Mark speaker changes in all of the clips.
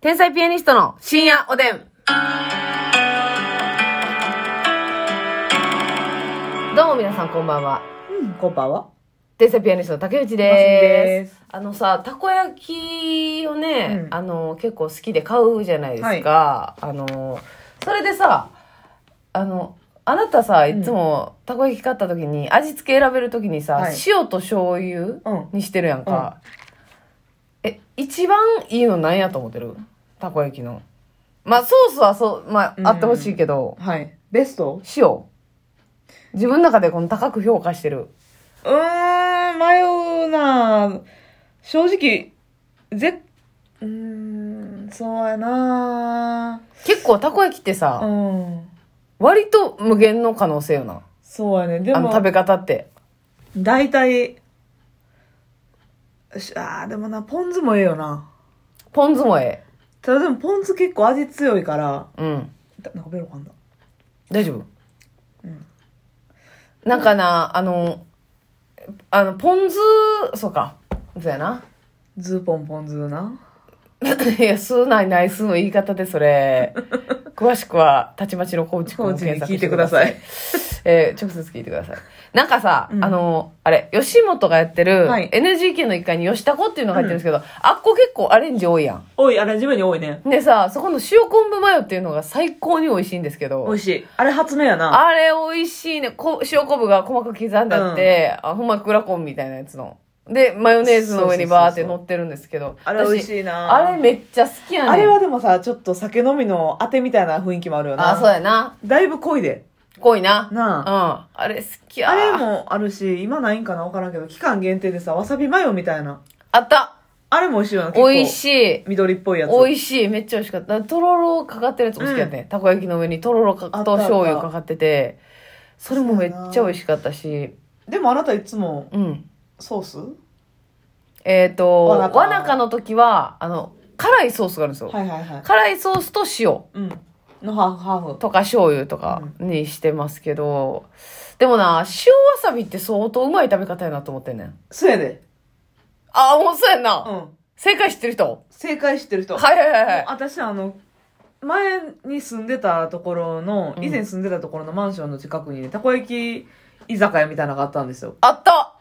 Speaker 1: 天才ピアニストの深夜おでん。どうも皆さんこんばんは。
Speaker 2: うん、こんばんは。
Speaker 1: 天才ピアニストの竹内
Speaker 2: ますみ
Speaker 1: で。
Speaker 2: ですす
Speaker 1: あのさ、たこ焼きをね、
Speaker 2: うん
Speaker 1: あの、結構好きで買うじゃないですか。あの、それでさ、あの、あなたさ、いつもたこ焼き買った時に、味付け選べる時にさ、
Speaker 2: はい
Speaker 1: 塩と醤油
Speaker 2: うん
Speaker 1: にしてるやんか。え、一番いいのなんやと思ってるたこ焼きの。まあ、ソースはそう、まあ、あってほしいけど、
Speaker 2: はい。ベスト
Speaker 1: 塩。自分の中でこの高く評価してる。
Speaker 2: うーん、迷うな正直、ぜ、うーん、そうやな
Speaker 1: 結構たこ焼きってさ、
Speaker 2: うん。
Speaker 1: 割と無限の可能性よな。
Speaker 2: そうやね。で
Speaker 1: あの
Speaker 2: も
Speaker 1: 食、べ方って。
Speaker 2: 大体、しあーでもな、ポン酢もええよな。
Speaker 1: ポン酢もえ
Speaker 2: ただでも、ポン酢結構味強いから、
Speaker 1: え。うん。
Speaker 2: だなんかベロ噛んだ。
Speaker 1: 大丈夫、なんかな、あの、あの、ポン酢、そうか。そうやな。
Speaker 2: ズーポンポン酢な。
Speaker 1: いや、酢ないない酢の言い方でそれ、詳しくは、たちまちのコーチ君
Speaker 2: コ
Speaker 1: を
Speaker 2: ーチに
Speaker 1: 検索
Speaker 2: 聞い
Speaker 1: してて
Speaker 2: く
Speaker 1: く
Speaker 2: だ
Speaker 1: だ
Speaker 2: さ
Speaker 1: さ
Speaker 2: い
Speaker 1: い。。えー直接聞いてください。なんかさ、
Speaker 2: うん
Speaker 1: あの、あれ、吉本がやってる、
Speaker 2: はい
Speaker 1: NGK の1階に吉田子っていうのが入ってるんですけど、あっこ結構アレンジ多いやん。
Speaker 2: 多い、アレンジメニュー多いね。
Speaker 1: でさ、そこの塩昆布マヨっていうのが最高に美味しいんですけど
Speaker 2: 美、味しい。あれ発明やな。
Speaker 1: あれ美味しいね。こ塩昆布が細かく刻んであって、あほんまグラコンみたいなやつの。で、マヨネーズの上にバーって乗ってるんですけど。
Speaker 2: あれ美味
Speaker 1: い。
Speaker 2: しいな
Speaker 1: あれめっちゃ好きやねん。
Speaker 2: あれはでもさ、ちょっと酒飲みの当てみたいな雰囲気もあるよな。
Speaker 1: あ、そうやな。
Speaker 2: だいぶ濃いで。
Speaker 1: 濃いな。
Speaker 2: なあ。
Speaker 1: うん。あれ好きや。
Speaker 2: あれ。もあるし、今ないんかなわからんけど、期間限定でさ、わさびマヨみたいな。
Speaker 1: あった。
Speaker 2: あれも美味しいよな、結構。
Speaker 1: 美味しい。
Speaker 2: 緑っぽいやつ。
Speaker 1: 美
Speaker 2: い
Speaker 1: 味しい。めっちゃ美味しかった。とろろかかってるやつも好きやね、たこ焼きの上にとろろか
Speaker 2: あった
Speaker 1: と醤油かかってて。それもめっちゃ美味しかったし。
Speaker 2: でもあなたいつも、
Speaker 1: うん。
Speaker 2: ソース
Speaker 1: えっ、と、
Speaker 2: わなか
Speaker 1: わなかの時は、あの、辛いソースがあるんですよ。
Speaker 2: はいはいはい。
Speaker 1: 辛いソースと塩
Speaker 2: うん。のハーフ、ハーフ。
Speaker 1: とか醤油とかにしてますけど、でもな、塩わさびって相当うまい食べ方やなと思ってんねん。
Speaker 2: そうやで。
Speaker 1: ああ、もうそうやんな。
Speaker 2: うん。
Speaker 1: 正解知ってる人
Speaker 2: 正解してる人。
Speaker 1: はいはいはいは
Speaker 2: もう私あの、前に住んでたところの、
Speaker 1: うん
Speaker 2: 以前住んでたところのマンションの近くにね、たこ焼き居酒屋みたいなのがあったんですよ。
Speaker 1: あった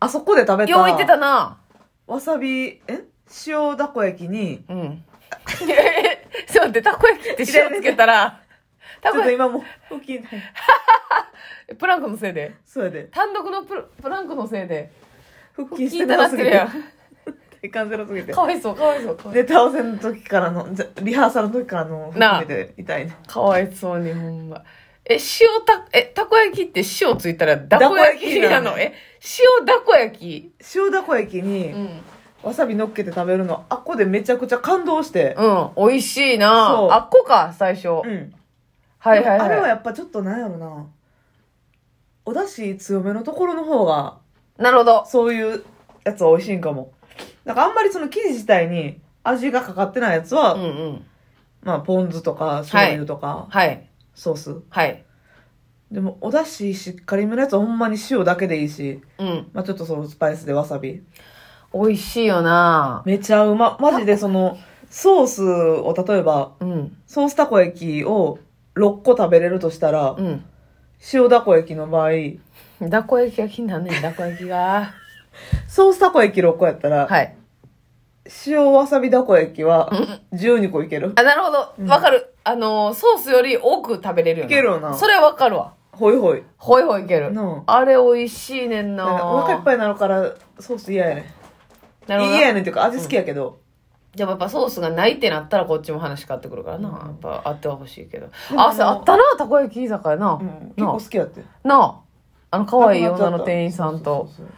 Speaker 2: あそこで食べた。
Speaker 1: よう言ってたな。
Speaker 2: わさび、え塩だこ焼きに、
Speaker 1: うん。 えちょっと待って、たこ焼きって塩つけたら、
Speaker 2: ち
Speaker 1: た
Speaker 2: ょ
Speaker 1: こ
Speaker 2: っと
Speaker 1: 焼
Speaker 2: 今もう起きない。
Speaker 1: き、プランクのせいで。
Speaker 2: そうやで。
Speaker 1: 単独のプロプランクのせいで。
Speaker 2: 腹筋し
Speaker 1: 聞
Speaker 2: て
Speaker 1: いたら
Speaker 2: な
Speaker 1: す
Speaker 2: す
Speaker 1: ぎる
Speaker 2: ぎて
Speaker 1: や。ん。
Speaker 2: 血管ゼロすぎて
Speaker 1: か。わいそう、かわいそう。かわいそう
Speaker 2: ネタ合わせの時からの、じゃリハーサルの時からの、
Speaker 1: なあ
Speaker 2: 含めて痛いな。
Speaker 1: かわいそうに、ほんま。え、塩た、え、たこ焼きって塩ついたら、だこ焼きな
Speaker 2: だ
Speaker 1: の
Speaker 2: こ焼きなの
Speaker 1: え、塩だこ焼き
Speaker 2: 塩だこ焼き
Speaker 1: う
Speaker 2: に、
Speaker 1: ん。
Speaker 2: わさび乗っけて食べるの、あっこでめちゃくちゃ感動して。
Speaker 1: うん、美味しいな
Speaker 2: そう
Speaker 1: あっこか、最初。
Speaker 2: うん。
Speaker 1: はいはい
Speaker 2: でもあれは
Speaker 1: は
Speaker 2: やっぱちょっとなんやろな。お出汁強めのところの方が、
Speaker 1: い。なるほど。
Speaker 2: そういうやつは美味しいんかも。なんかあんまりその生地自体に味がかかってないやつは、
Speaker 1: うんうん。
Speaker 2: まあ、ポン酢とか、醤油とか、
Speaker 1: はい。
Speaker 2: ソース。
Speaker 1: はい。
Speaker 2: でも、お出汁しっかりめのやつはほんまに塩だけでいいし、
Speaker 1: うん。
Speaker 2: まあ、ちょっとそのスパイスでわさび。
Speaker 1: 美味しいよな
Speaker 2: めちゃうま。マジでその、ソースを例えば、
Speaker 1: うん。
Speaker 2: ソースたこ焼きを6個食べれるとしたら、
Speaker 1: うん。
Speaker 2: 塩だこ焼きの場合、
Speaker 1: だこ焼きが気になんねん、だこ焼き が。
Speaker 2: ソースたこ焼き6個やったら、
Speaker 1: はい。
Speaker 2: 塩わさびだこ焼きは12個いける。
Speaker 1: あ、なるほど。わかる。あのー、ソースより多く食べれるよ
Speaker 2: いけるよな
Speaker 1: それはわかるわ。
Speaker 2: ほいほい。
Speaker 1: ほいほいいける。
Speaker 2: な
Speaker 1: あれ美味しいねんな
Speaker 2: あ。なんかお腹いっぱいになるから、ソース嫌やね。
Speaker 1: なるほど。
Speaker 2: 嫌やねんっていうか、味好きやけど。
Speaker 1: でもやっぱソースがないってなったらこっちも話変わってくるからな。やっぱあってはほしいけど。
Speaker 2: でもあの
Speaker 1: あ、そうあったな、たこ焼き居酒屋な。
Speaker 2: うん。結構好きやって。
Speaker 1: なあ、あの可愛い
Speaker 2: なくなっちゃ
Speaker 1: 女
Speaker 2: った
Speaker 1: の店員さんと
Speaker 2: そうそうそうそう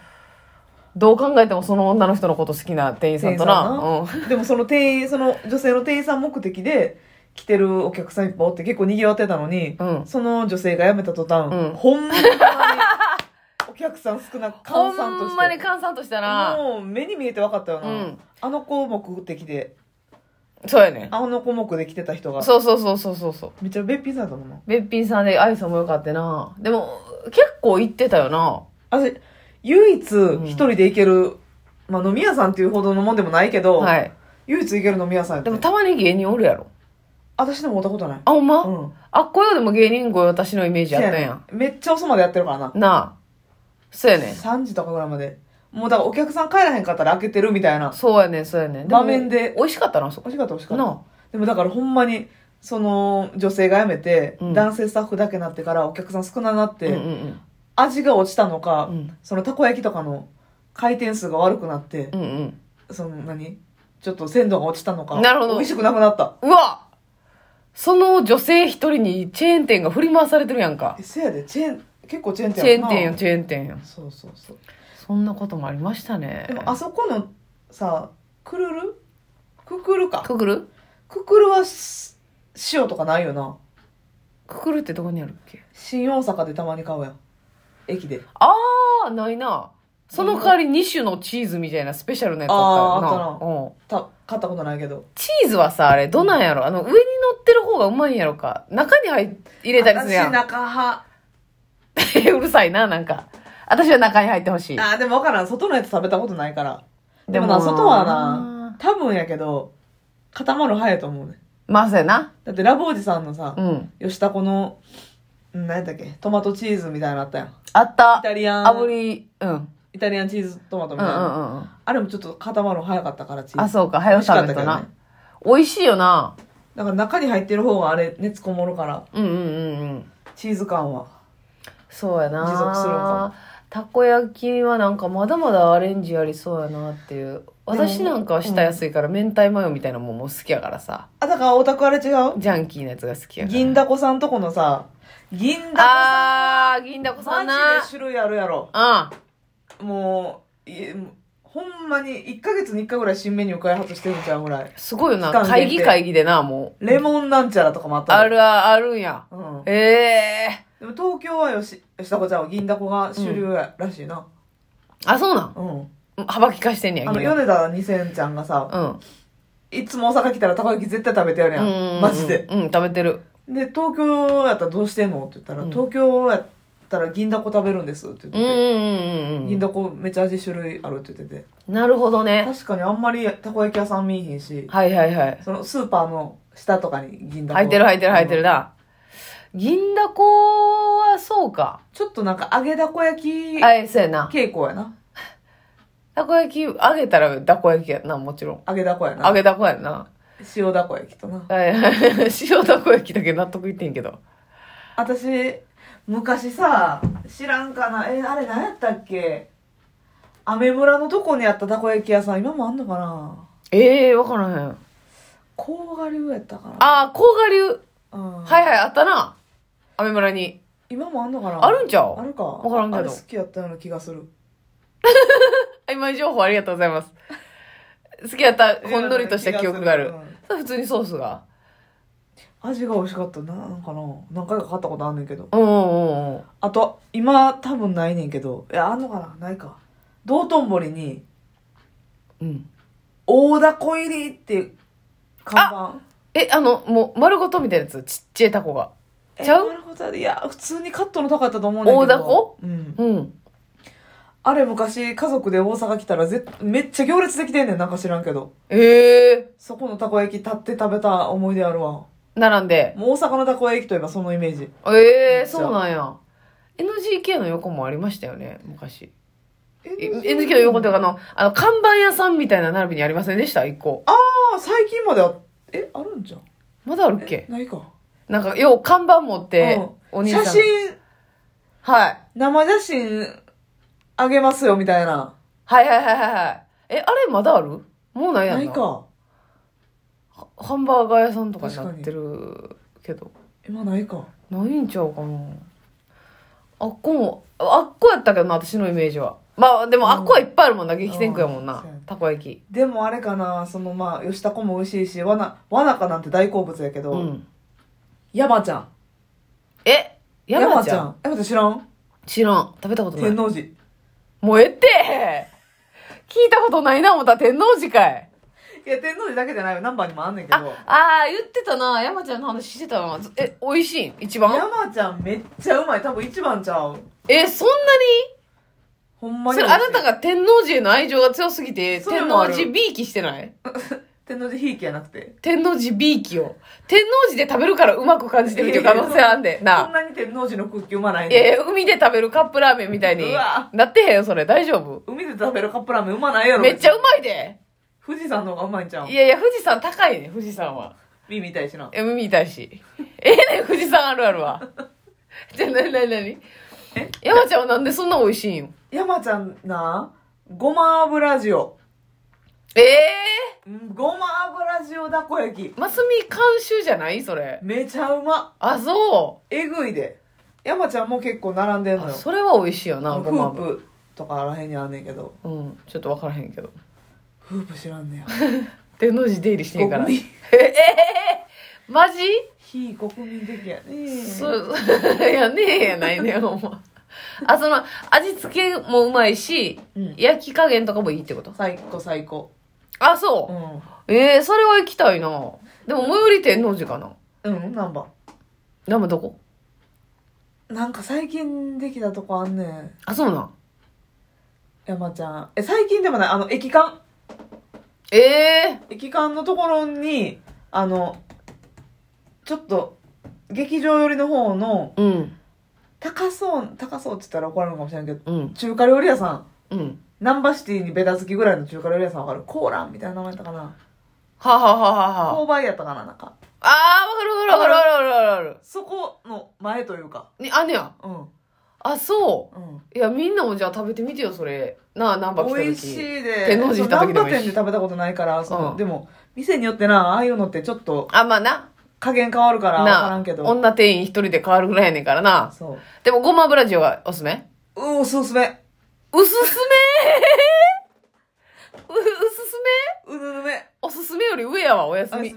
Speaker 1: どう考えてもその女の人のこと好きな店員さんとな。
Speaker 2: 店員さんなでもその店員その女性の店員さん目的で来てるお客さんいっぱいおって結構賑わってたのに、
Speaker 1: うん
Speaker 2: その女性が辞めた途端、
Speaker 1: うん
Speaker 2: ほんまにお客さん少なく
Speaker 1: うん。
Speaker 2: 閑散
Speaker 1: ほ
Speaker 2: と
Speaker 1: んま
Speaker 2: し
Speaker 1: に
Speaker 2: て
Speaker 1: 閑散としたな。
Speaker 2: もう目に見えて分かったよな、
Speaker 1: うん
Speaker 2: あの子目的で
Speaker 1: そうやね。
Speaker 2: あの子目で来てた人が
Speaker 1: そうそうそうそうそうそう。
Speaker 2: めっちゃべっぴんさんだもんな
Speaker 1: べっぴんさんで愛想も良かったな。でも、結構行ってたよな。
Speaker 2: 私唯一
Speaker 1: ん
Speaker 2: 一人で行ける、まあ飲み屋さんっていうほどのもんでもないけど、
Speaker 1: はい。
Speaker 2: 唯一行ける飲み屋さんやって
Speaker 1: でもたまに芸人おるやろ。
Speaker 2: 私でも会ったことない
Speaker 1: あ、ほんま、
Speaker 2: うん
Speaker 1: あっこよでも芸人ご私のイメージあったんやん。
Speaker 2: せめっちゃ遅までやってるからな
Speaker 1: なあ。そうやねん。
Speaker 2: 3時とかぐらいまでもうだからお客さん帰らへんかったら開けてるみたいな
Speaker 1: そうやねん、そうやねん。も
Speaker 2: 場面で
Speaker 1: 美味しかったな、そ
Speaker 2: 美
Speaker 1: こ。
Speaker 2: 味しかった美味しかった
Speaker 1: なあ。
Speaker 2: でもだからほんまにその女性が辞めて、
Speaker 1: うん
Speaker 2: 男性スタッフだけになってからお客さん少なくなって、
Speaker 1: うんうんうん。
Speaker 2: 味が落ちたのか、
Speaker 1: うん
Speaker 2: そのたこ焼きとかの回転数が悪くなって
Speaker 1: う、んうん。
Speaker 2: その何ちょっと鮮度が落ちたのか
Speaker 1: なるほど
Speaker 2: 美味しくなくなった
Speaker 1: うわその女性一人にチェーン店が振り回されてるやんか
Speaker 2: え。せやでチェーン結構チェーン
Speaker 1: チ
Speaker 2: 店
Speaker 1: ェー
Speaker 2: やな
Speaker 1: ン店よ、チェーン店よ。
Speaker 2: そうそうそう
Speaker 1: そんなこともありましたね。
Speaker 2: でもあそこのさくるるくくるか
Speaker 1: くくる
Speaker 2: くくるはし塩とかないよな
Speaker 1: くくるってどこにあるっけ
Speaker 2: 新大阪でたまに買うやん駅で
Speaker 1: あー、ないな。その代わり2種のチーズみたいなスペシャルなやつあったよな。
Speaker 2: あーあった
Speaker 1: うん。
Speaker 2: た買ったことないけど
Speaker 1: チーズはさ、あれ、どなんやろあの、上に乗ってる方がうまいんやろか。中に入入れたりするや
Speaker 2: 私
Speaker 1: ん。
Speaker 2: 中派
Speaker 1: うるさいな、なんか。私は中に入ってほしい。
Speaker 2: あーでも分からん外のやつ食べたことないからでも
Speaker 1: で
Speaker 2: な
Speaker 1: もな
Speaker 2: 外はな多分やけど固まる早いと思うね
Speaker 1: まあ、そうやな。
Speaker 2: だってラブおじさんのさ、
Speaker 1: うん。
Speaker 2: 吉田このうん何やったっけトマトチーズみたいなのあったやんイ
Speaker 1: あった。
Speaker 2: タリアン
Speaker 1: 炙り、うん。うん
Speaker 2: イタリアンチーズトマトみ
Speaker 1: う
Speaker 2: たいな、
Speaker 1: んうん。
Speaker 2: あれもちょっと固まるの早かったからチーズ
Speaker 1: あ、そうか。早食べた
Speaker 2: 美味しかった
Speaker 1: な。美味しいよな。
Speaker 2: だから中に入ってる方があれ熱こもるから
Speaker 1: うんうんうんうん。
Speaker 2: チーズ感は
Speaker 1: そうやな。
Speaker 2: 持続するんか
Speaker 1: たこ焼きはなんかまだまだアレンジありそうやなっていう。私なんかは舌安いから明太マヨみたいなもんもう好きやからさ。
Speaker 2: あだからオタクあれ違う
Speaker 1: ジャンキーなやつが好きやから。
Speaker 2: 銀だこさんとこのさ銀だこさ
Speaker 1: あー、銀だこさ
Speaker 2: ん
Speaker 1: ん
Speaker 2: マ
Speaker 1: な
Speaker 2: ジ。で種類あるやろ
Speaker 1: あ
Speaker 2: もういほんまに1ヶ月に1回ぐらい新メニュー開発してるんちゃうぐらい
Speaker 1: すごいよな。
Speaker 2: 期間限
Speaker 1: 会
Speaker 2: 定
Speaker 1: 議会議でな、もう。
Speaker 2: レモンなんちゃらとかもあった
Speaker 1: あ
Speaker 2: の
Speaker 1: るあ、あるんや。
Speaker 2: うん、
Speaker 1: ええ
Speaker 2: でも東京はよし吉田子ちゃんは銀だこが主流やらしいな
Speaker 1: あ、そうなん
Speaker 2: うん、
Speaker 1: 幅利かしてんねや、
Speaker 2: あの
Speaker 1: 銀だこ
Speaker 2: 米田二千ちゃんがさ、
Speaker 1: うん。
Speaker 2: いつも大阪来たらたこ焼き絶対食べてやるやん、
Speaker 1: うん。
Speaker 2: マジで
Speaker 1: うん、食べてる。
Speaker 2: で東京やったらどうしてんのって言ったら、
Speaker 1: うん
Speaker 2: 東京やったら銀だこ食べるんですって
Speaker 1: うん
Speaker 2: 言
Speaker 1: う
Speaker 2: っ
Speaker 1: ん
Speaker 2: てて、
Speaker 1: うんう
Speaker 2: 銀
Speaker 1: ん。
Speaker 2: だこめっちゃ味種類あるって言ってて
Speaker 1: なるほどね。
Speaker 2: 確かにあんまりたこ焼き屋さん見えへんし
Speaker 1: はいはいはい。
Speaker 2: そのスーパーの下とかに銀だこ
Speaker 1: 入ってる入ってる入ってるな。銀だこはそうか。
Speaker 2: ちょっとなんか揚げだこ焼き
Speaker 1: あえ、そうやな。
Speaker 2: 傾向やな
Speaker 1: たこ焼き、揚げたらだこ焼きやな、もちろん。
Speaker 2: 揚げだこや
Speaker 1: 揚
Speaker 2: な
Speaker 1: げだこやな。
Speaker 2: 塩だこ焼きとな
Speaker 1: はいはい。 塩たこ焼きだけ納得いってんけど。
Speaker 2: 私昔さ知らんかなえあれ何やったっけアメ村のとこにあったたこ焼き屋さん今もあんのかな
Speaker 1: ええー、わからへん。
Speaker 2: 甲賀流やったかな
Speaker 1: ああ、甲賀流。
Speaker 2: あ、うん
Speaker 1: はいはい、あったな。雨村に。
Speaker 2: 今もあんのかな
Speaker 1: あるんちゃ
Speaker 2: あ
Speaker 1: う
Speaker 2: るかわ
Speaker 1: からんけど
Speaker 2: あれ好きやったような気がする
Speaker 1: 今井情報ありがとうございます。好きやった、ほんのりとした記憶がある
Speaker 2: う。ん
Speaker 1: さあ普通にソースが。
Speaker 2: 味が美味しかったななんかな何回か買ったことあんねんけど
Speaker 1: うんうんうん。
Speaker 2: あと今多分ないねんけどいやあんのかなないか道頓堀に
Speaker 1: うん。
Speaker 2: 大凧入りっていう看
Speaker 1: え、あの、もう、丸ごとみたいなやつ。ちっちゃいタコが。
Speaker 2: 板
Speaker 1: ちゃう
Speaker 2: えなるほどいや普通にカットの高かったと思うねんけど
Speaker 1: 大凧
Speaker 2: うん
Speaker 1: うん。
Speaker 2: あれ昔家族で大阪来たらぜめっちゃ行列できてんねんなんか知らんけど
Speaker 1: ええ
Speaker 2: そこのたこ焼き立って食べた思い出あるわも
Speaker 1: ー。並んで。
Speaker 2: う大阪のたこ焼きといえばそのイメージ
Speaker 1: ええ
Speaker 2: め
Speaker 1: ー、
Speaker 2: っちゃ
Speaker 1: そうなんや。NGK の横もありましたよね、昔。え NGK の
Speaker 2: よ
Speaker 1: 横というかあの、あの、看板屋さんみたいな並びにありませんでした一個。
Speaker 2: あ最近まであえあるんじゃん
Speaker 1: まだあるっけ
Speaker 2: ないか
Speaker 1: なんか、よう看板持って、
Speaker 2: うん
Speaker 1: お兄さん。
Speaker 2: 写真
Speaker 1: はい。
Speaker 2: 生写真あげますよみたいな
Speaker 1: はいはいはいはいはい。え、あれまだあるもうないやん
Speaker 2: な
Speaker 1: な。
Speaker 2: いか
Speaker 1: ハンバーガー屋さんとかになってるけど。
Speaker 2: 今ないか
Speaker 1: ないんちゃうかな。あっこも、あっこやったけどな、私のイメージは。まあ、でもあっこはいっぱいあるもんな、激戦区やもん
Speaker 2: うん
Speaker 1: な
Speaker 2: そうや。
Speaker 1: たこ焼き。
Speaker 2: でもあれかなそのまあ吉田子も美味しいしわなわなかなんて大好物やけど、
Speaker 1: うん。
Speaker 2: 山ちゃん
Speaker 1: え、山ちゃん
Speaker 2: 山ちゃん山ちゃん知らん
Speaker 1: 知らん。食べたことな
Speaker 2: 天
Speaker 1: い。
Speaker 2: 王寺
Speaker 1: もうええって聞いたことないな、思ったら天王寺かい。
Speaker 2: いや、天王寺だけじゃないよ。ナンバーにもあんねんけ
Speaker 1: あ
Speaker 2: ど。、
Speaker 1: あー言ってたな。山ちゃんの話してたな。え、美味しい一番
Speaker 2: 山ちゃんめっちゃうまい。多分一番ちゃう。
Speaker 1: え、そんなに
Speaker 2: ほんま
Speaker 1: そ
Speaker 2: に
Speaker 1: れ
Speaker 2: 美味しい。
Speaker 1: あなたが天王寺への愛情が強すぎて
Speaker 2: それ
Speaker 1: 天
Speaker 2: もあ
Speaker 1: 王
Speaker 2: る
Speaker 1: 寺びいきしてない
Speaker 2: 天王寺ひいきやなくて。
Speaker 1: 天王寺 B 期を。天王寺で食べるからうまく感じてるっていう可能性あんで。
Speaker 2: そん
Speaker 1: なあ。
Speaker 2: なに天王寺の空気うまない
Speaker 1: いやい
Speaker 2: ね
Speaker 1: や、海で食べるカップラーメンみたいに
Speaker 2: うわ
Speaker 1: なってへんよ、それ。大丈夫
Speaker 2: 海で食べるカップラーメンうまないやろ。
Speaker 1: めっちゃ
Speaker 2: 別
Speaker 1: うまいで。
Speaker 2: に富士山の方がうまいんちゃう
Speaker 1: いやいや、富士山高いね、富士山は。
Speaker 2: 見みたいしな。
Speaker 1: え、海痛いし。ええねん、富士山あるあるは。 じゃあ、なになになに
Speaker 2: え
Speaker 1: 山ちゃんはなんでそんな美味しいんよ。
Speaker 2: 山ちゃんな、ごま油塩。
Speaker 1: ええ
Speaker 2: うんごま油塩だこ焼き。
Speaker 1: ー、マスミ監修じゃないそれ。
Speaker 2: めちゃうま。
Speaker 1: あ、そ
Speaker 2: えぐいで。山ちゃんも結構並んでん
Speaker 1: う。
Speaker 2: の
Speaker 1: あ
Speaker 2: よ。
Speaker 1: それは美味しいよな、
Speaker 2: あの
Speaker 1: ご
Speaker 2: フ
Speaker 1: ま
Speaker 2: ー
Speaker 1: 油。
Speaker 2: プとから辺にあんねんけど。
Speaker 1: うん、ちょっとわからへんけど。
Speaker 2: フープ知らんねや。
Speaker 1: 天王寺出入りしてへんから。
Speaker 2: 国
Speaker 1: え
Speaker 2: 民
Speaker 1: ー、マジ、
Speaker 2: 非国民的やね。
Speaker 1: そう、 いやねえやないねん、ほんま。あ、その、味付けもうまいし、
Speaker 2: うん
Speaker 1: 焼き加減とかもいいってこと
Speaker 2: 最高最高。
Speaker 1: あ、そう。
Speaker 2: うん。
Speaker 1: ええそれは行きたいな。でも、最寄り天王寺かな。
Speaker 2: うん、ナンバ
Speaker 1: でもどこ
Speaker 2: ー。なんか最近できたとこあんねん。
Speaker 1: あ、そうなん。
Speaker 2: 山ちゃん。え、最近でもない、あの、駅間。
Speaker 1: ええ
Speaker 2: 駅間のところに、あの、ちょっと、劇場寄りの方の、
Speaker 1: うん、
Speaker 2: 高そう、高そうって言ったら怒られるかもしれんけど、
Speaker 1: うん、
Speaker 2: 中華料理屋さん。
Speaker 1: うん。
Speaker 2: ナンバーシティにベタつきぐらいの中華料理屋さんわかるコーランみたいな名前やったかな
Speaker 1: はあ、はあはあはあは
Speaker 2: 購買やったかななんか。
Speaker 1: あ。ああ、わかるわかるわかるわかるわかるわか
Speaker 2: そこの前というか。
Speaker 1: る。にあ、ねや。
Speaker 2: うん。
Speaker 1: あ、そ
Speaker 2: うん。
Speaker 1: う。いや、みんなもじゃあ食べてみてよ、それ。なあ、ナンバー来た時。
Speaker 2: 美味しいで。
Speaker 1: 天王寺行った時でもいいし
Speaker 2: 難波店で食べたことないから、その
Speaker 1: うん
Speaker 2: でも、店によってな、ああいうのってちょっと
Speaker 1: あ、まあな。
Speaker 2: 加減変わるから、わか
Speaker 1: な
Speaker 2: ら
Speaker 1: あ
Speaker 2: んけ、ど。
Speaker 1: 女店員一人で変わるぐらいやねんからな。
Speaker 2: そう。
Speaker 1: でも、ごま油塩はおすすめ
Speaker 2: うん、おすすめ。
Speaker 1: うすすめ う、うすすめ
Speaker 2: うぬぬめ。
Speaker 1: おすすめより上やわ、おやすみ。